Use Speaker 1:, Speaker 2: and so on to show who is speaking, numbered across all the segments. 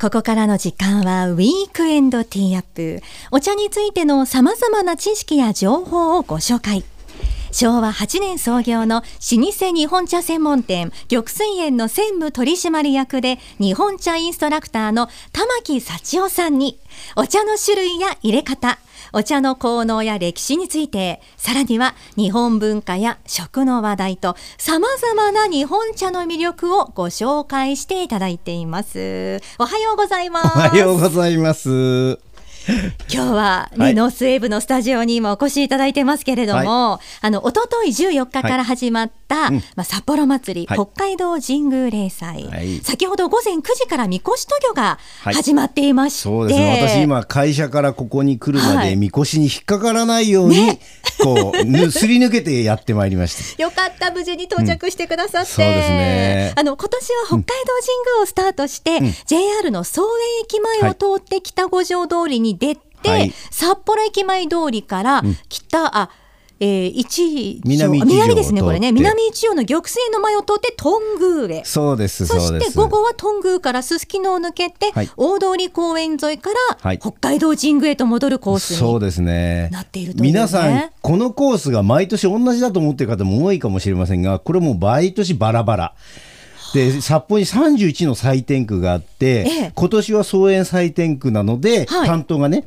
Speaker 1: ここからの時間はウィークエンドティーアップ。お茶についての様々な知識や情報をご紹介。昭和8年創業の老舗日本茶専門店玉水園の専務取締役で日本茶インストラクターの玉木幸男さんにお茶の種類や入れ方、お茶の効能や歴史について、さらには日本文化や食の話題と、様々な日本茶の魅力をご紹介していただいています。おはようございま
Speaker 2: お
Speaker 1: す。
Speaker 2: はようございます。
Speaker 1: 今日は、ね
Speaker 2: はい
Speaker 1: ノースウェーブのスタジオにもお越しいただいてますけれども、あの一昨日14日から始まった、
Speaker 2: うん
Speaker 1: まあ、札幌祭り、
Speaker 2: はい
Speaker 1: 北海道神宮例祭、
Speaker 2: はい
Speaker 1: 先ほど午前9時からみこし渡御が
Speaker 2: はい
Speaker 1: 始まっていまして、
Speaker 2: そうですね。私今会社からここに来るま
Speaker 1: はい
Speaker 2: でみこしに引っかからないように、
Speaker 1: ね
Speaker 2: こうぬすり抜けてやってまいりました。
Speaker 1: よかった、無事に到着してくださって、
Speaker 2: うんそうですね
Speaker 1: あの今年は北海道神宮をスタートして、JR の総園駅前を通って北五条通りに出て、
Speaker 2: はい
Speaker 1: 札幌駅前通りから北、あえー一条
Speaker 2: 南一条を通って
Speaker 1: 南ですね、これね、南一条の玉水園の前を通って、頓宮へ。
Speaker 2: そうです。
Speaker 1: そ
Speaker 2: そう
Speaker 1: し
Speaker 2: で
Speaker 1: て
Speaker 2: す。
Speaker 1: 午後は頓宮からすすきのを抜けて、
Speaker 2: はい
Speaker 1: 大通公園沿いから
Speaker 2: はい
Speaker 1: 北海道神宮へと戻るコースに
Speaker 2: そうですね
Speaker 1: なっているというね
Speaker 2: 皆さん、このコースが毎年同じだと思っている方も多いかもしれませんが、これもう毎年バラバラ。で札幌に31の採点区があって、
Speaker 1: ええ
Speaker 2: 今年は総園採点区なので、
Speaker 1: はい
Speaker 2: 担当がね、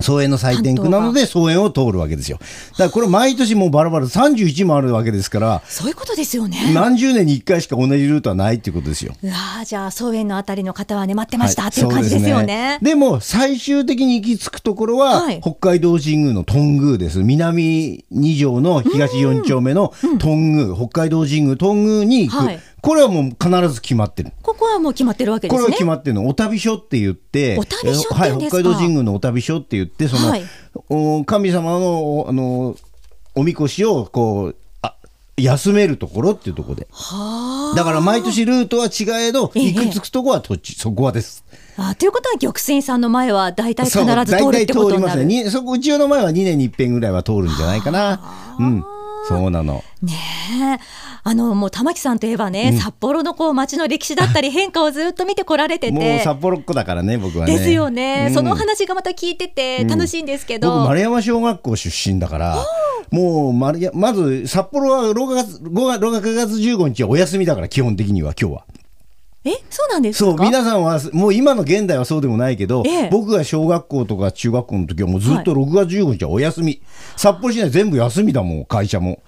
Speaker 2: 総園の採点区なので総園を通るわけですよだからこれ毎年もうバラバラ31もあるわけですから
Speaker 1: そういうことですよね。
Speaker 2: 何十年に1回しか同じルートはないっていうことですよ。
Speaker 1: うわーじゃあ草園のあたりの方はね待ってました、
Speaker 2: はい
Speaker 1: っていう感じですよね
Speaker 2: そうですねでも最終的に行き着くところは、
Speaker 1: はい
Speaker 2: 北海道神宮の頓宮です南二条の東4丁目の頓宮、北海道神宮頓宮に行く、
Speaker 1: はい
Speaker 2: これはもう必ず決まってる。
Speaker 1: ここはもう決まってるわけで
Speaker 2: これ
Speaker 1: す
Speaker 2: は
Speaker 1: ね
Speaker 2: 決まってるの、お旅所って言って、
Speaker 1: お旅所って言うんですか
Speaker 2: はい、北海道神宮のお旅所って言って、その、
Speaker 1: はい
Speaker 2: お神様のあのおみこしをこうあ休めるところっていうところで、
Speaker 1: は
Speaker 2: だから毎年ルートは違えど、
Speaker 1: ええ
Speaker 2: 行き着くとこは土地、そこはです。
Speaker 1: ああということは玉泉さんの前は大体必
Speaker 2: そう
Speaker 1: ず通るってことにな
Speaker 2: 大体通りますね
Speaker 1: るね
Speaker 2: にそこうちの前は2年に1遍ぐらいは通るんじゃないかなうんそうなの
Speaker 1: えあのもう玉木さんといえばね、札幌のこう街の歴史だったり変化をずっと見てこられて
Speaker 2: もう
Speaker 1: て
Speaker 2: 札幌っ子だからね僕はね
Speaker 1: ですよね、
Speaker 2: うん
Speaker 1: その話がまた聞いてて楽しいんですけど、
Speaker 2: 僕丸山小学校出身だからもう丸やまず札幌は6月 ,5 月6月15日はお休みだから基本的には今日は
Speaker 1: えそうなんですか
Speaker 2: そう皆さんはもう今の現代はそうでもないけど、
Speaker 1: ええ
Speaker 2: 僕が小学校とか中学校の時はもうずっと6月15日はお休み、札幌市内全部休みだもん会社も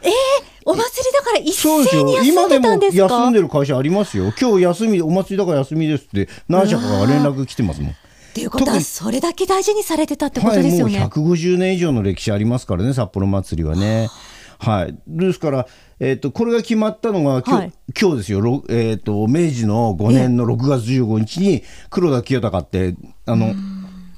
Speaker 1: お祭りだから一
Speaker 2: そうです
Speaker 1: 斉に
Speaker 2: よ。
Speaker 1: 休
Speaker 2: 今
Speaker 1: ん
Speaker 2: で
Speaker 1: で
Speaker 2: も
Speaker 1: たんですか
Speaker 2: 休んでる会社ありますよ。今日休み、お祭りだから休みですって、何社かが連絡来てますもん。
Speaker 1: っていうこと
Speaker 2: 特
Speaker 1: は
Speaker 2: に
Speaker 1: それだけ大事にされてたってこ
Speaker 2: は
Speaker 1: と
Speaker 2: い、
Speaker 1: ですよ
Speaker 2: もう
Speaker 1: ね、
Speaker 2: 150年以上の歴史ありますからね、札幌祭りはね。はい、ですから、えっとこれが決まったのが、今日
Speaker 1: はい
Speaker 2: 今日ですよ、ろえっと明治の5年の6月15日に、黒田清隆って、あの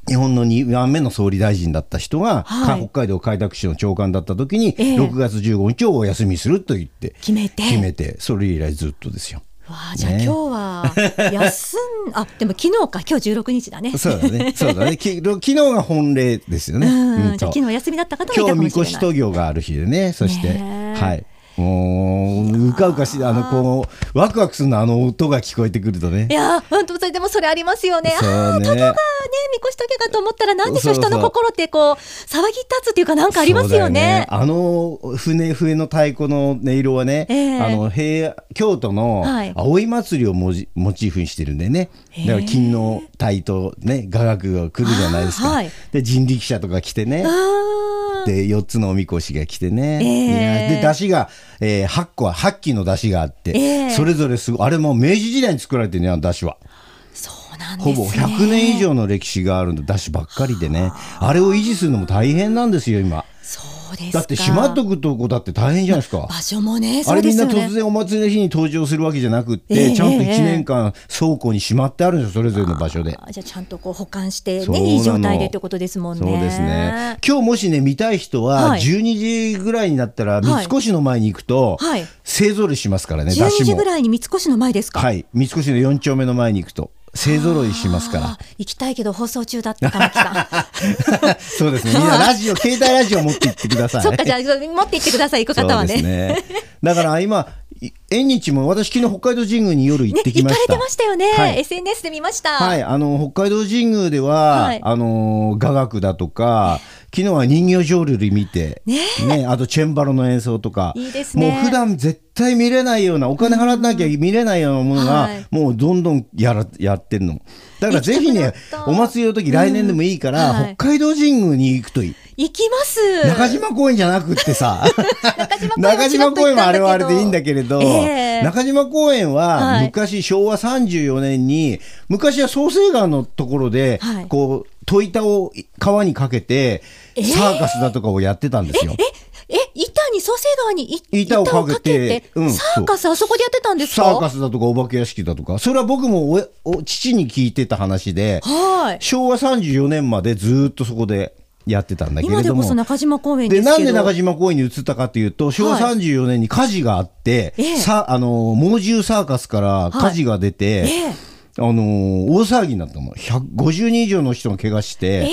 Speaker 2: 日本の2番目の総理大臣だった人が、
Speaker 1: はい
Speaker 2: 北海道開拓市の長官だった時に、
Speaker 1: ええ
Speaker 2: 6月15日をお休みすると言って、
Speaker 1: 決めて
Speaker 2: 決めて、それ以来ずっ とですよ。
Speaker 1: わあじゃあ今
Speaker 2: ね
Speaker 1: 日は 休ん、あでも昨日か今日16日だね。
Speaker 2: そうだね、そうだね、き昨日が本例ですよね。
Speaker 1: うん
Speaker 2: うん
Speaker 1: じゃ
Speaker 2: そ
Speaker 1: あ
Speaker 2: う
Speaker 1: 昨日休みだった方もい
Speaker 2: 今
Speaker 1: た
Speaker 2: 日
Speaker 1: かも
Speaker 2: み
Speaker 1: しれ
Speaker 2: こ
Speaker 1: ない。
Speaker 2: しと行がある日でね、そして、
Speaker 1: ねえ
Speaker 2: はい。もう、うかうかし、あの、こう、ワクワクするの、あの音が聞こえてくるとね
Speaker 1: い。やー本当それでもそれありますよね。
Speaker 2: そうね
Speaker 1: ああとがねみこしと行がと思ったらなんでしょう
Speaker 2: そうそう
Speaker 1: 人の心ってこう騒ぎ立つっていうかなんかありますよね。
Speaker 2: そうだよねあの船笛の太鼓の音色はね、
Speaker 1: ええ
Speaker 2: あの平京都の
Speaker 1: はい
Speaker 2: 葵祭りをモジモチーフにしてるんでね、だから金の鯛とね雅楽が来るじゃないですか、
Speaker 1: あーはい
Speaker 2: で人力車とか来てね
Speaker 1: あ
Speaker 2: で4つのおみこしが来てね、
Speaker 1: ええ
Speaker 2: いやで出汁が、え8個は8基の出汁があって、
Speaker 1: ええ
Speaker 2: それぞれすごいあれも明治時代に作られてるねあの出汁は
Speaker 1: ーそうなんです
Speaker 2: ほ
Speaker 1: ね。
Speaker 2: ぼ100年以上の歴史がある出汁ばっかりでねあれを維持するのも大変なんですよ今
Speaker 1: そうですか。
Speaker 2: だってしまっとくとこだって大変じゃないですか
Speaker 1: 場所もね
Speaker 2: あ
Speaker 1: そう
Speaker 2: れ
Speaker 1: で
Speaker 2: みん
Speaker 1: す
Speaker 2: な
Speaker 1: よ
Speaker 2: 突
Speaker 1: ね。
Speaker 2: 然お祭りの日に登場するわけじゃなくって、
Speaker 1: ええ
Speaker 2: ちゃんと
Speaker 1: え
Speaker 2: 1
Speaker 1: え
Speaker 2: 年間倉庫にしまってあるんですよそれぞれの場所で
Speaker 1: あじゃあちゃんとこう保管して
Speaker 2: そうな
Speaker 1: ね
Speaker 2: の
Speaker 1: いい状態でってことですもんね。
Speaker 2: そうですね。。今日もしね、見たい人は、
Speaker 1: はい
Speaker 2: 12時ぐらいになったら、
Speaker 1: は
Speaker 2: 三
Speaker 1: い
Speaker 2: 越の前に行くと、
Speaker 1: はい
Speaker 2: 勢ぞろいしますからね、出
Speaker 1: 12時
Speaker 2: 汁
Speaker 1: ぐ
Speaker 2: も。
Speaker 1: らいに三越の前ですか。
Speaker 2: はい。三越の4丁目の前に行くと、勢ぞろいしますから
Speaker 1: あ。ー行きたいけど放送中だった玉木 さん。
Speaker 2: そうですね。みんなラジ オ、携帯ラジオ持って行ってください。
Speaker 1: そっか、じゃあ、持って行ってください、行く方は
Speaker 2: そうです
Speaker 1: ね。
Speaker 2: ね。だから今、縁日も私昨日北海道神宮に夜行
Speaker 1: ね
Speaker 2: っ、てき
Speaker 1: 行かれ
Speaker 2: ました。
Speaker 1: てましたよね、
Speaker 2: はい
Speaker 1: SNS で見ました。
Speaker 2: はい、あの北海道神宮では、
Speaker 1: はい
Speaker 2: あの雅楽だとか、昨日は人形浄瑠璃見て、ねあとチェンバロの演奏とか、
Speaker 1: いいですね
Speaker 2: もう普段絶対見れないような、お金払わなきゃ見れないようなものが、
Speaker 1: はい
Speaker 2: もうどんどんやらやってるの。だからぜひ
Speaker 1: 行
Speaker 2: ね
Speaker 1: きたくなった、
Speaker 2: お祭りの時、来年でもいいから、
Speaker 1: うんはい
Speaker 2: 北海道神宮に行くといい。
Speaker 1: 行きます。
Speaker 2: 中島公園じゃなくってさ、
Speaker 1: 中
Speaker 2: 中
Speaker 1: 島
Speaker 2: 島
Speaker 1: 公
Speaker 2: 公
Speaker 1: 園
Speaker 2: 園
Speaker 1: は
Speaker 2: は
Speaker 1: あ
Speaker 2: あ
Speaker 1: れ
Speaker 2: れ
Speaker 1: は
Speaker 2: は
Speaker 1: あ
Speaker 2: あ
Speaker 1: れ
Speaker 2: れ
Speaker 1: で
Speaker 2: で
Speaker 1: い
Speaker 2: い
Speaker 1: い
Speaker 2: い
Speaker 1: ん
Speaker 2: ん
Speaker 1: だ
Speaker 2: だ
Speaker 1: け
Speaker 2: け
Speaker 1: れ
Speaker 2: れ
Speaker 1: ど
Speaker 2: ど、
Speaker 1: ええ
Speaker 2: 中島公園
Speaker 1: は
Speaker 2: はい昔昭和34年に、昔は創生川のところで、
Speaker 1: はい
Speaker 2: こう、戸板を川にかけて、
Speaker 1: ええ
Speaker 2: サーカスだとかをやってたんですよ。
Speaker 1: え、板に、蘇生川にい
Speaker 2: 板をかけて
Speaker 1: 板を
Speaker 2: うん
Speaker 1: サーカスあそこでやってたんですか
Speaker 2: サーカスだとかお化け屋敷だとか、それは僕もおお父に聞いてた話で、
Speaker 1: はい。
Speaker 2: 昭和34年までずーっとそこでやってたんだけれども。
Speaker 1: 今でこそ中島公園で
Speaker 2: です
Speaker 1: けど。
Speaker 2: なんで中島公園に移ったかというと昭和
Speaker 1: はい
Speaker 2: 34年に火事があって、
Speaker 1: ええ
Speaker 2: さあの猛獣サーカスから火事が出て、
Speaker 1: ええ
Speaker 2: あの大騒ぎになったの150人以上の人が怪我して、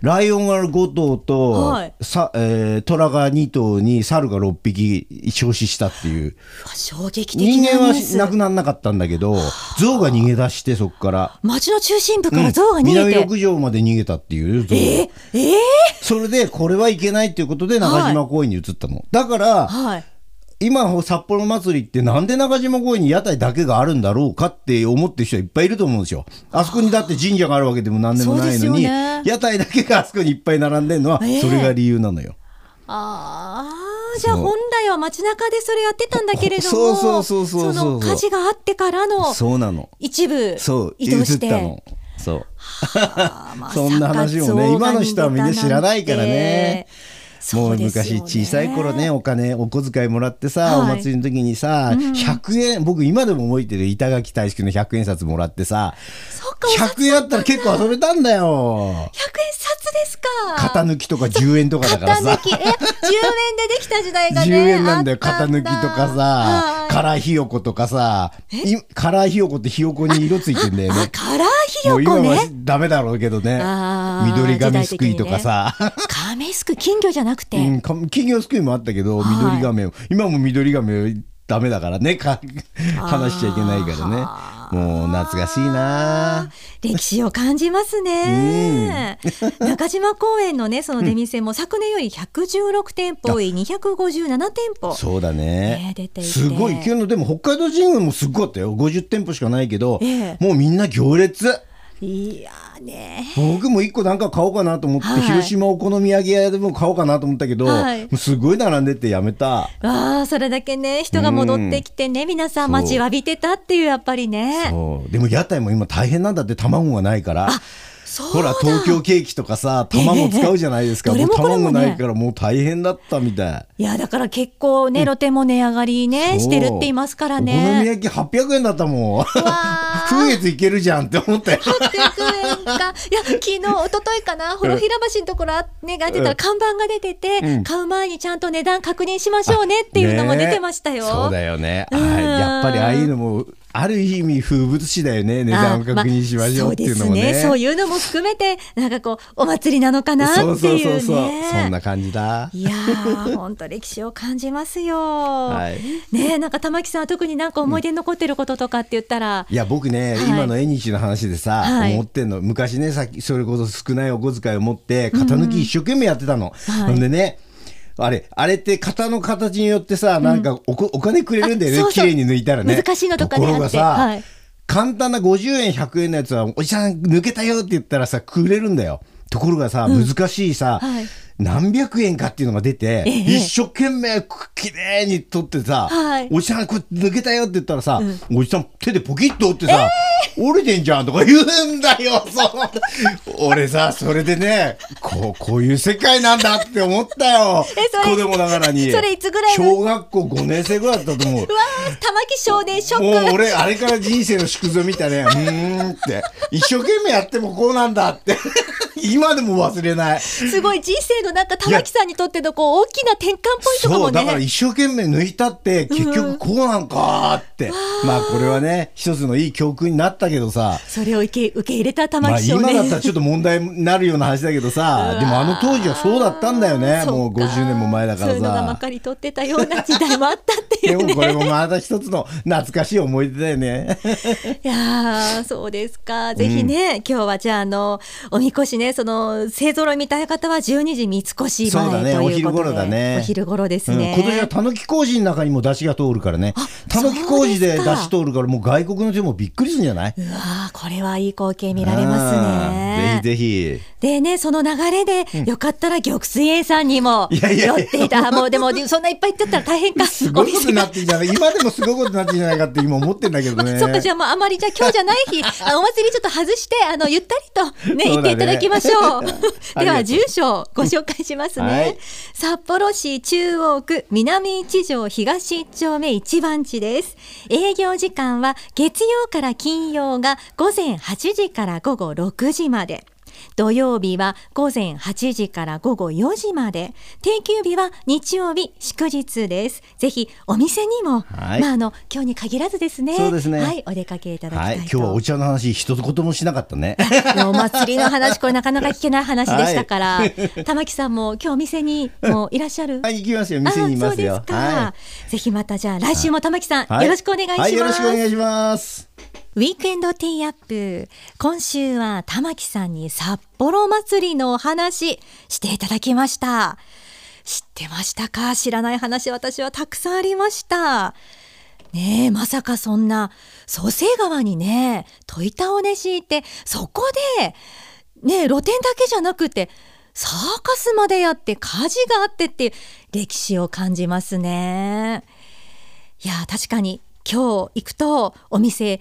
Speaker 2: ライオンが5頭と、
Speaker 1: はい
Speaker 2: さえー虎が2頭に猿が6匹焼死したってい
Speaker 1: う
Speaker 2: う
Speaker 1: わ衝撃的
Speaker 2: 人間
Speaker 1: な
Speaker 2: は
Speaker 1: ニュース
Speaker 2: 亡くならなかったんだけど象が逃げ出してそこから。
Speaker 1: 街の中心部か
Speaker 2: う
Speaker 1: ら
Speaker 2: ん
Speaker 1: 象が逃
Speaker 2: 南
Speaker 1: げて。
Speaker 2: 浴場まで逃げたっていう象が
Speaker 1: ええええ
Speaker 2: それでこれはいけないっていうことで中島公園に移ったの、だから、
Speaker 1: はい。
Speaker 2: 今、札幌祭りって、なんで中島公園に屋台だけがあるんだろうかって思ってる人はいっぱいいると思うんですよ。あそこにだって神社があるわけでもなんでもない
Speaker 1: そう
Speaker 2: の
Speaker 1: です
Speaker 2: に、
Speaker 1: よね
Speaker 2: 屋台だけがあそこにいっぱい並んでるのは、
Speaker 1: ええ
Speaker 2: それが理由なのよ。
Speaker 1: ああ、じゃあ
Speaker 2: そう
Speaker 1: 本来は街中でそれやってたんだけれども、
Speaker 2: そうそうそうそうそう
Speaker 1: の火事があってからの
Speaker 2: そうなの。
Speaker 1: 一部
Speaker 2: そう、
Speaker 1: 移動
Speaker 2: 移
Speaker 1: し、
Speaker 2: ってたの。そう。
Speaker 1: あーまあ
Speaker 2: そんな話もね
Speaker 1: サッカー
Speaker 2: 今の人はみんな知らないからね
Speaker 1: そ
Speaker 2: もう
Speaker 1: ですよね
Speaker 2: 昔小さい頃ねお金お小遣いもらってさ、
Speaker 1: はい
Speaker 2: お祭りの時にさ、100円僕今でも覚えてる板垣大輔の100円札もらってさ
Speaker 1: そっかお札
Speaker 2: 100円あったら結構遊べたん だよ
Speaker 1: 100円札ですか
Speaker 2: 型抜きとか10円とかだから
Speaker 1: 型
Speaker 2: さ
Speaker 1: 抜きえ10円でできた時代がね
Speaker 2: 10円なんだよ、
Speaker 1: あった
Speaker 2: 型
Speaker 1: ん
Speaker 2: 抜きとかさ
Speaker 1: は、い
Speaker 2: カラーひよことかさ、いカラーひよこってひよこに色ついてんだよ
Speaker 1: あ
Speaker 2: ね。
Speaker 1: カラーひ
Speaker 2: も
Speaker 1: よ
Speaker 2: う
Speaker 1: こ
Speaker 2: 今は
Speaker 1: ね
Speaker 2: ダメだろうけどね
Speaker 1: あ。ー
Speaker 2: 緑髪すくいとかさ。
Speaker 1: 亀すく金魚じゃなくて、
Speaker 2: うん、か金魚すくいもあったけど、
Speaker 1: はい
Speaker 2: 緑亀を、今も緑亀ダメだからね、か話しちゃいけない
Speaker 1: あ
Speaker 2: から
Speaker 1: ー
Speaker 2: ね。もう懐かしいな。
Speaker 1: 歴史を感じますね。中島公園の ね、その出店も昨年より116店舗多い257店舗。
Speaker 2: そうだね
Speaker 1: ね出ていて
Speaker 2: すごい今日のでも北海道神宮もすごかったよ50店舗しかないけど、
Speaker 1: ええ
Speaker 2: もうみんな行列
Speaker 1: いやーね。
Speaker 2: 僕も一個なんか買おうかなと思って、
Speaker 1: はい
Speaker 2: 広島お好み焼き屋でも買おうかなと思ったけど、
Speaker 1: はい
Speaker 2: もうすごい並んでてやめた、
Speaker 1: わあ、それだけね、人が戻ってきてね、皆さん待ちわびてたっていう、やっぱりね。
Speaker 2: そうでも屋台も今大変なんだって卵がないから
Speaker 1: そう
Speaker 2: ほら東京ケーキとかさ卵使うじゃないですか、
Speaker 1: ええええ
Speaker 2: もう
Speaker 1: どれもこれも
Speaker 2: 卵
Speaker 1: ね
Speaker 2: ないからもう大変だったみたい。
Speaker 1: いや、だから結構ね、露店も値上がりね、してるって言いますから
Speaker 2: そうお好み
Speaker 1: ね。
Speaker 2: 焼き800円だったもん
Speaker 1: わー
Speaker 2: 風月いけるじゃんって思ったよ
Speaker 1: 800円か。 いや、昨日、一昨日かな、ほろひら橋のところ、ね、が出てたら看板が出てて、
Speaker 2: うん
Speaker 1: 買う前にちゃんと値段確認しましょうねっていうのも出てましたよ。
Speaker 2: ねそうだよね。
Speaker 1: うん
Speaker 2: はいやっぱりああいうのも、ある意味風物詩だよね。値段を確認しましょうっていうのも
Speaker 1: あまあそうです
Speaker 2: ね。
Speaker 1: ね。そういうのも含めて、なんかこう、お祭りなのかなっていうね。
Speaker 2: そうそうそうそうそんな感じだ。
Speaker 1: いやー、本当歴史を感じますよ。
Speaker 2: い
Speaker 1: ねえ、なんか玉木さんは特になんか思い出に残ってることとかって言ったら、
Speaker 2: いや僕ね、
Speaker 1: はい
Speaker 2: 今の縁日の話でさ、
Speaker 1: はい
Speaker 2: 思ってんの昔ねさっきそれこそ少ないお小遣いを持って型抜き一生懸命やってたの、
Speaker 1: はい
Speaker 2: ほんでねあれあれって型の形によってさなんかおこお金くれるんだよね、
Speaker 1: あそうそう
Speaker 2: 綺麗に抜いたらね
Speaker 1: 難しいのとかね
Speaker 2: ころが
Speaker 1: あっ
Speaker 2: さ、
Speaker 1: てはい
Speaker 2: 簡単な50円100円のやつはおじさん抜けたよって言ったらさくれるんだよところがさ、難しいさ、
Speaker 1: はい
Speaker 2: 何百円かっていうのが出て、
Speaker 1: ええ
Speaker 2: 一生懸命く綺麗に取ってさ、
Speaker 1: はい
Speaker 2: おじさんこれ抜けたよって言ったらさ、おじさん手でポキッと折ってさ、折れてんじゃんとか言うんだよそう俺さそれでねこうこういう世界なんだって思ったよ
Speaker 1: えそれ
Speaker 2: 子供ながらに
Speaker 1: それいつぐらいの
Speaker 2: 小学校5年生ぐらいだったと思
Speaker 1: う
Speaker 2: う
Speaker 1: わー、玉木少年ショック。
Speaker 2: もう俺あれから人生の縮図を見たねうーんって一生懸命やってもこうなんだって 今でも忘れない。
Speaker 1: すごい人生のなんか玉木さんにとってのこう大きな転換ポイントか
Speaker 2: そ
Speaker 1: も
Speaker 2: う、だから
Speaker 1: ね。
Speaker 2: 一生懸命抜いたって、結局こうなんかって。まあこれはね、一つのいい教訓になったけどさ。
Speaker 1: それを受け受け入れた玉
Speaker 2: まあ
Speaker 1: 木賞
Speaker 2: 今
Speaker 1: ね。
Speaker 2: だったらちょっと問題になるような話だけ どさ、でもあの当時はそうだったんだよね。もう
Speaker 1: そっ
Speaker 2: 50年も前だ
Speaker 1: そ
Speaker 2: か
Speaker 1: う
Speaker 2: ら
Speaker 1: いうのがま
Speaker 2: さ。
Speaker 1: かり取ってたような時代もあったってい
Speaker 2: で
Speaker 1: う
Speaker 2: も
Speaker 1: ね。
Speaker 2: これもまた一つの懐かしい思い出だよね。
Speaker 1: いやーそうですか。ぜひね、今日はじゃあ、あの、おみこしね、その、勢ぞろい見たい方は12時三越
Speaker 2: そうだ
Speaker 1: 前
Speaker 2: ね、
Speaker 1: と
Speaker 2: お
Speaker 1: いう
Speaker 2: 昼
Speaker 1: ことで。
Speaker 2: 頃だね。
Speaker 1: お昼頃ですね。
Speaker 2: うん今年はたぬき工事の中にも出汁が通るからね。たぬき工事で
Speaker 1: そうです
Speaker 2: 出
Speaker 1: か
Speaker 2: 汁通るから、もう外国の人もびっくりするんじゃないう
Speaker 1: わーこれはいい光景見られますね。
Speaker 2: うんぜひぜ
Speaker 1: でね、その流れで、よかったら玉水園さんにも
Speaker 2: いやいやい
Speaker 1: 寄っ
Speaker 2: や
Speaker 1: ていた。あもうでも、そんないっぱい行ってったら大変か。
Speaker 2: ひ。 すごいことになっ
Speaker 1: お店が
Speaker 2: てんじゃない今でもすごいことになってんじゃないかって今思ってんだけど
Speaker 1: まあ、
Speaker 2: ね。
Speaker 1: そっか、じゃあもうあまり、じゃあ今日じゃない 日、あお祭りちょっと外して、あの、ゆったりとね、行
Speaker 2: そ
Speaker 1: っ
Speaker 2: うだね
Speaker 1: ていただきまし ょう。
Speaker 2: あり
Speaker 1: で
Speaker 2: がと
Speaker 1: は、
Speaker 2: う
Speaker 1: 住所をご紹介しますね。
Speaker 2: はい
Speaker 1: 札幌市中央区南一条東一丁目一番地です。営業時間は月曜から金曜が午前8時から午後6時まで。土曜日は午前8時から午後4時まで。定休日は日曜日祝日です。ぜひお店にも、
Speaker 2: はい
Speaker 1: まああの今日に限らずですね。
Speaker 2: そうですね
Speaker 1: はい、お出かけいただき
Speaker 2: は
Speaker 1: た
Speaker 2: い、
Speaker 1: い
Speaker 2: 今日
Speaker 1: と。
Speaker 2: はお茶の話一言もしなかったね。
Speaker 1: お祭りの話、これなかなか聞けない話でした から、玉木さんも今日お店にもういらっしゃる。
Speaker 2: はい、行きますよ。店にいます
Speaker 1: あそ
Speaker 2: よ
Speaker 1: う。ですか、
Speaker 2: は
Speaker 1: ぜひまたじゃあ来週も玉木さん、
Speaker 2: いはい。
Speaker 1: よろしくお願いします、
Speaker 2: はい、よろしくお願いします。
Speaker 1: ウィークエンドティーアップ今週は玉木さんに札幌祭りのお話していただきました知ってましたか知らない話私はたくさんありましたねえまさかそんな蘇生川にね戸板をね敷いてそこでねえ露店だけじゃなくてサーカスまでやって火事があってっていう歴史を感じますね。いやー確かに今日行くとお店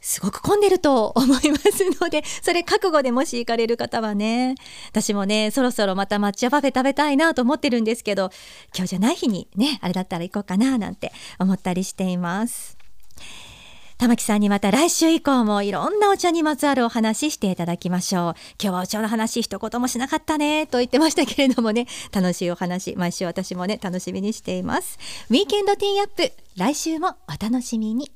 Speaker 1: すごく混んでると思いますので それ覚悟でもし行かれる方はね私もねそろそろまた抹茶パフェ食べたいなと思ってるんですけど今日じゃない日にねあれだったら行こうかななんて思ったりしています。玉木さんにまた来週以降もいろんなお茶にまつわるお話していただきましょう今日はお茶の話一言もしなかったねと言ってましたけれどもね 楽しいお話毎週私もね楽しみにしていますウィーケンドティーアップ来週もお楽しみに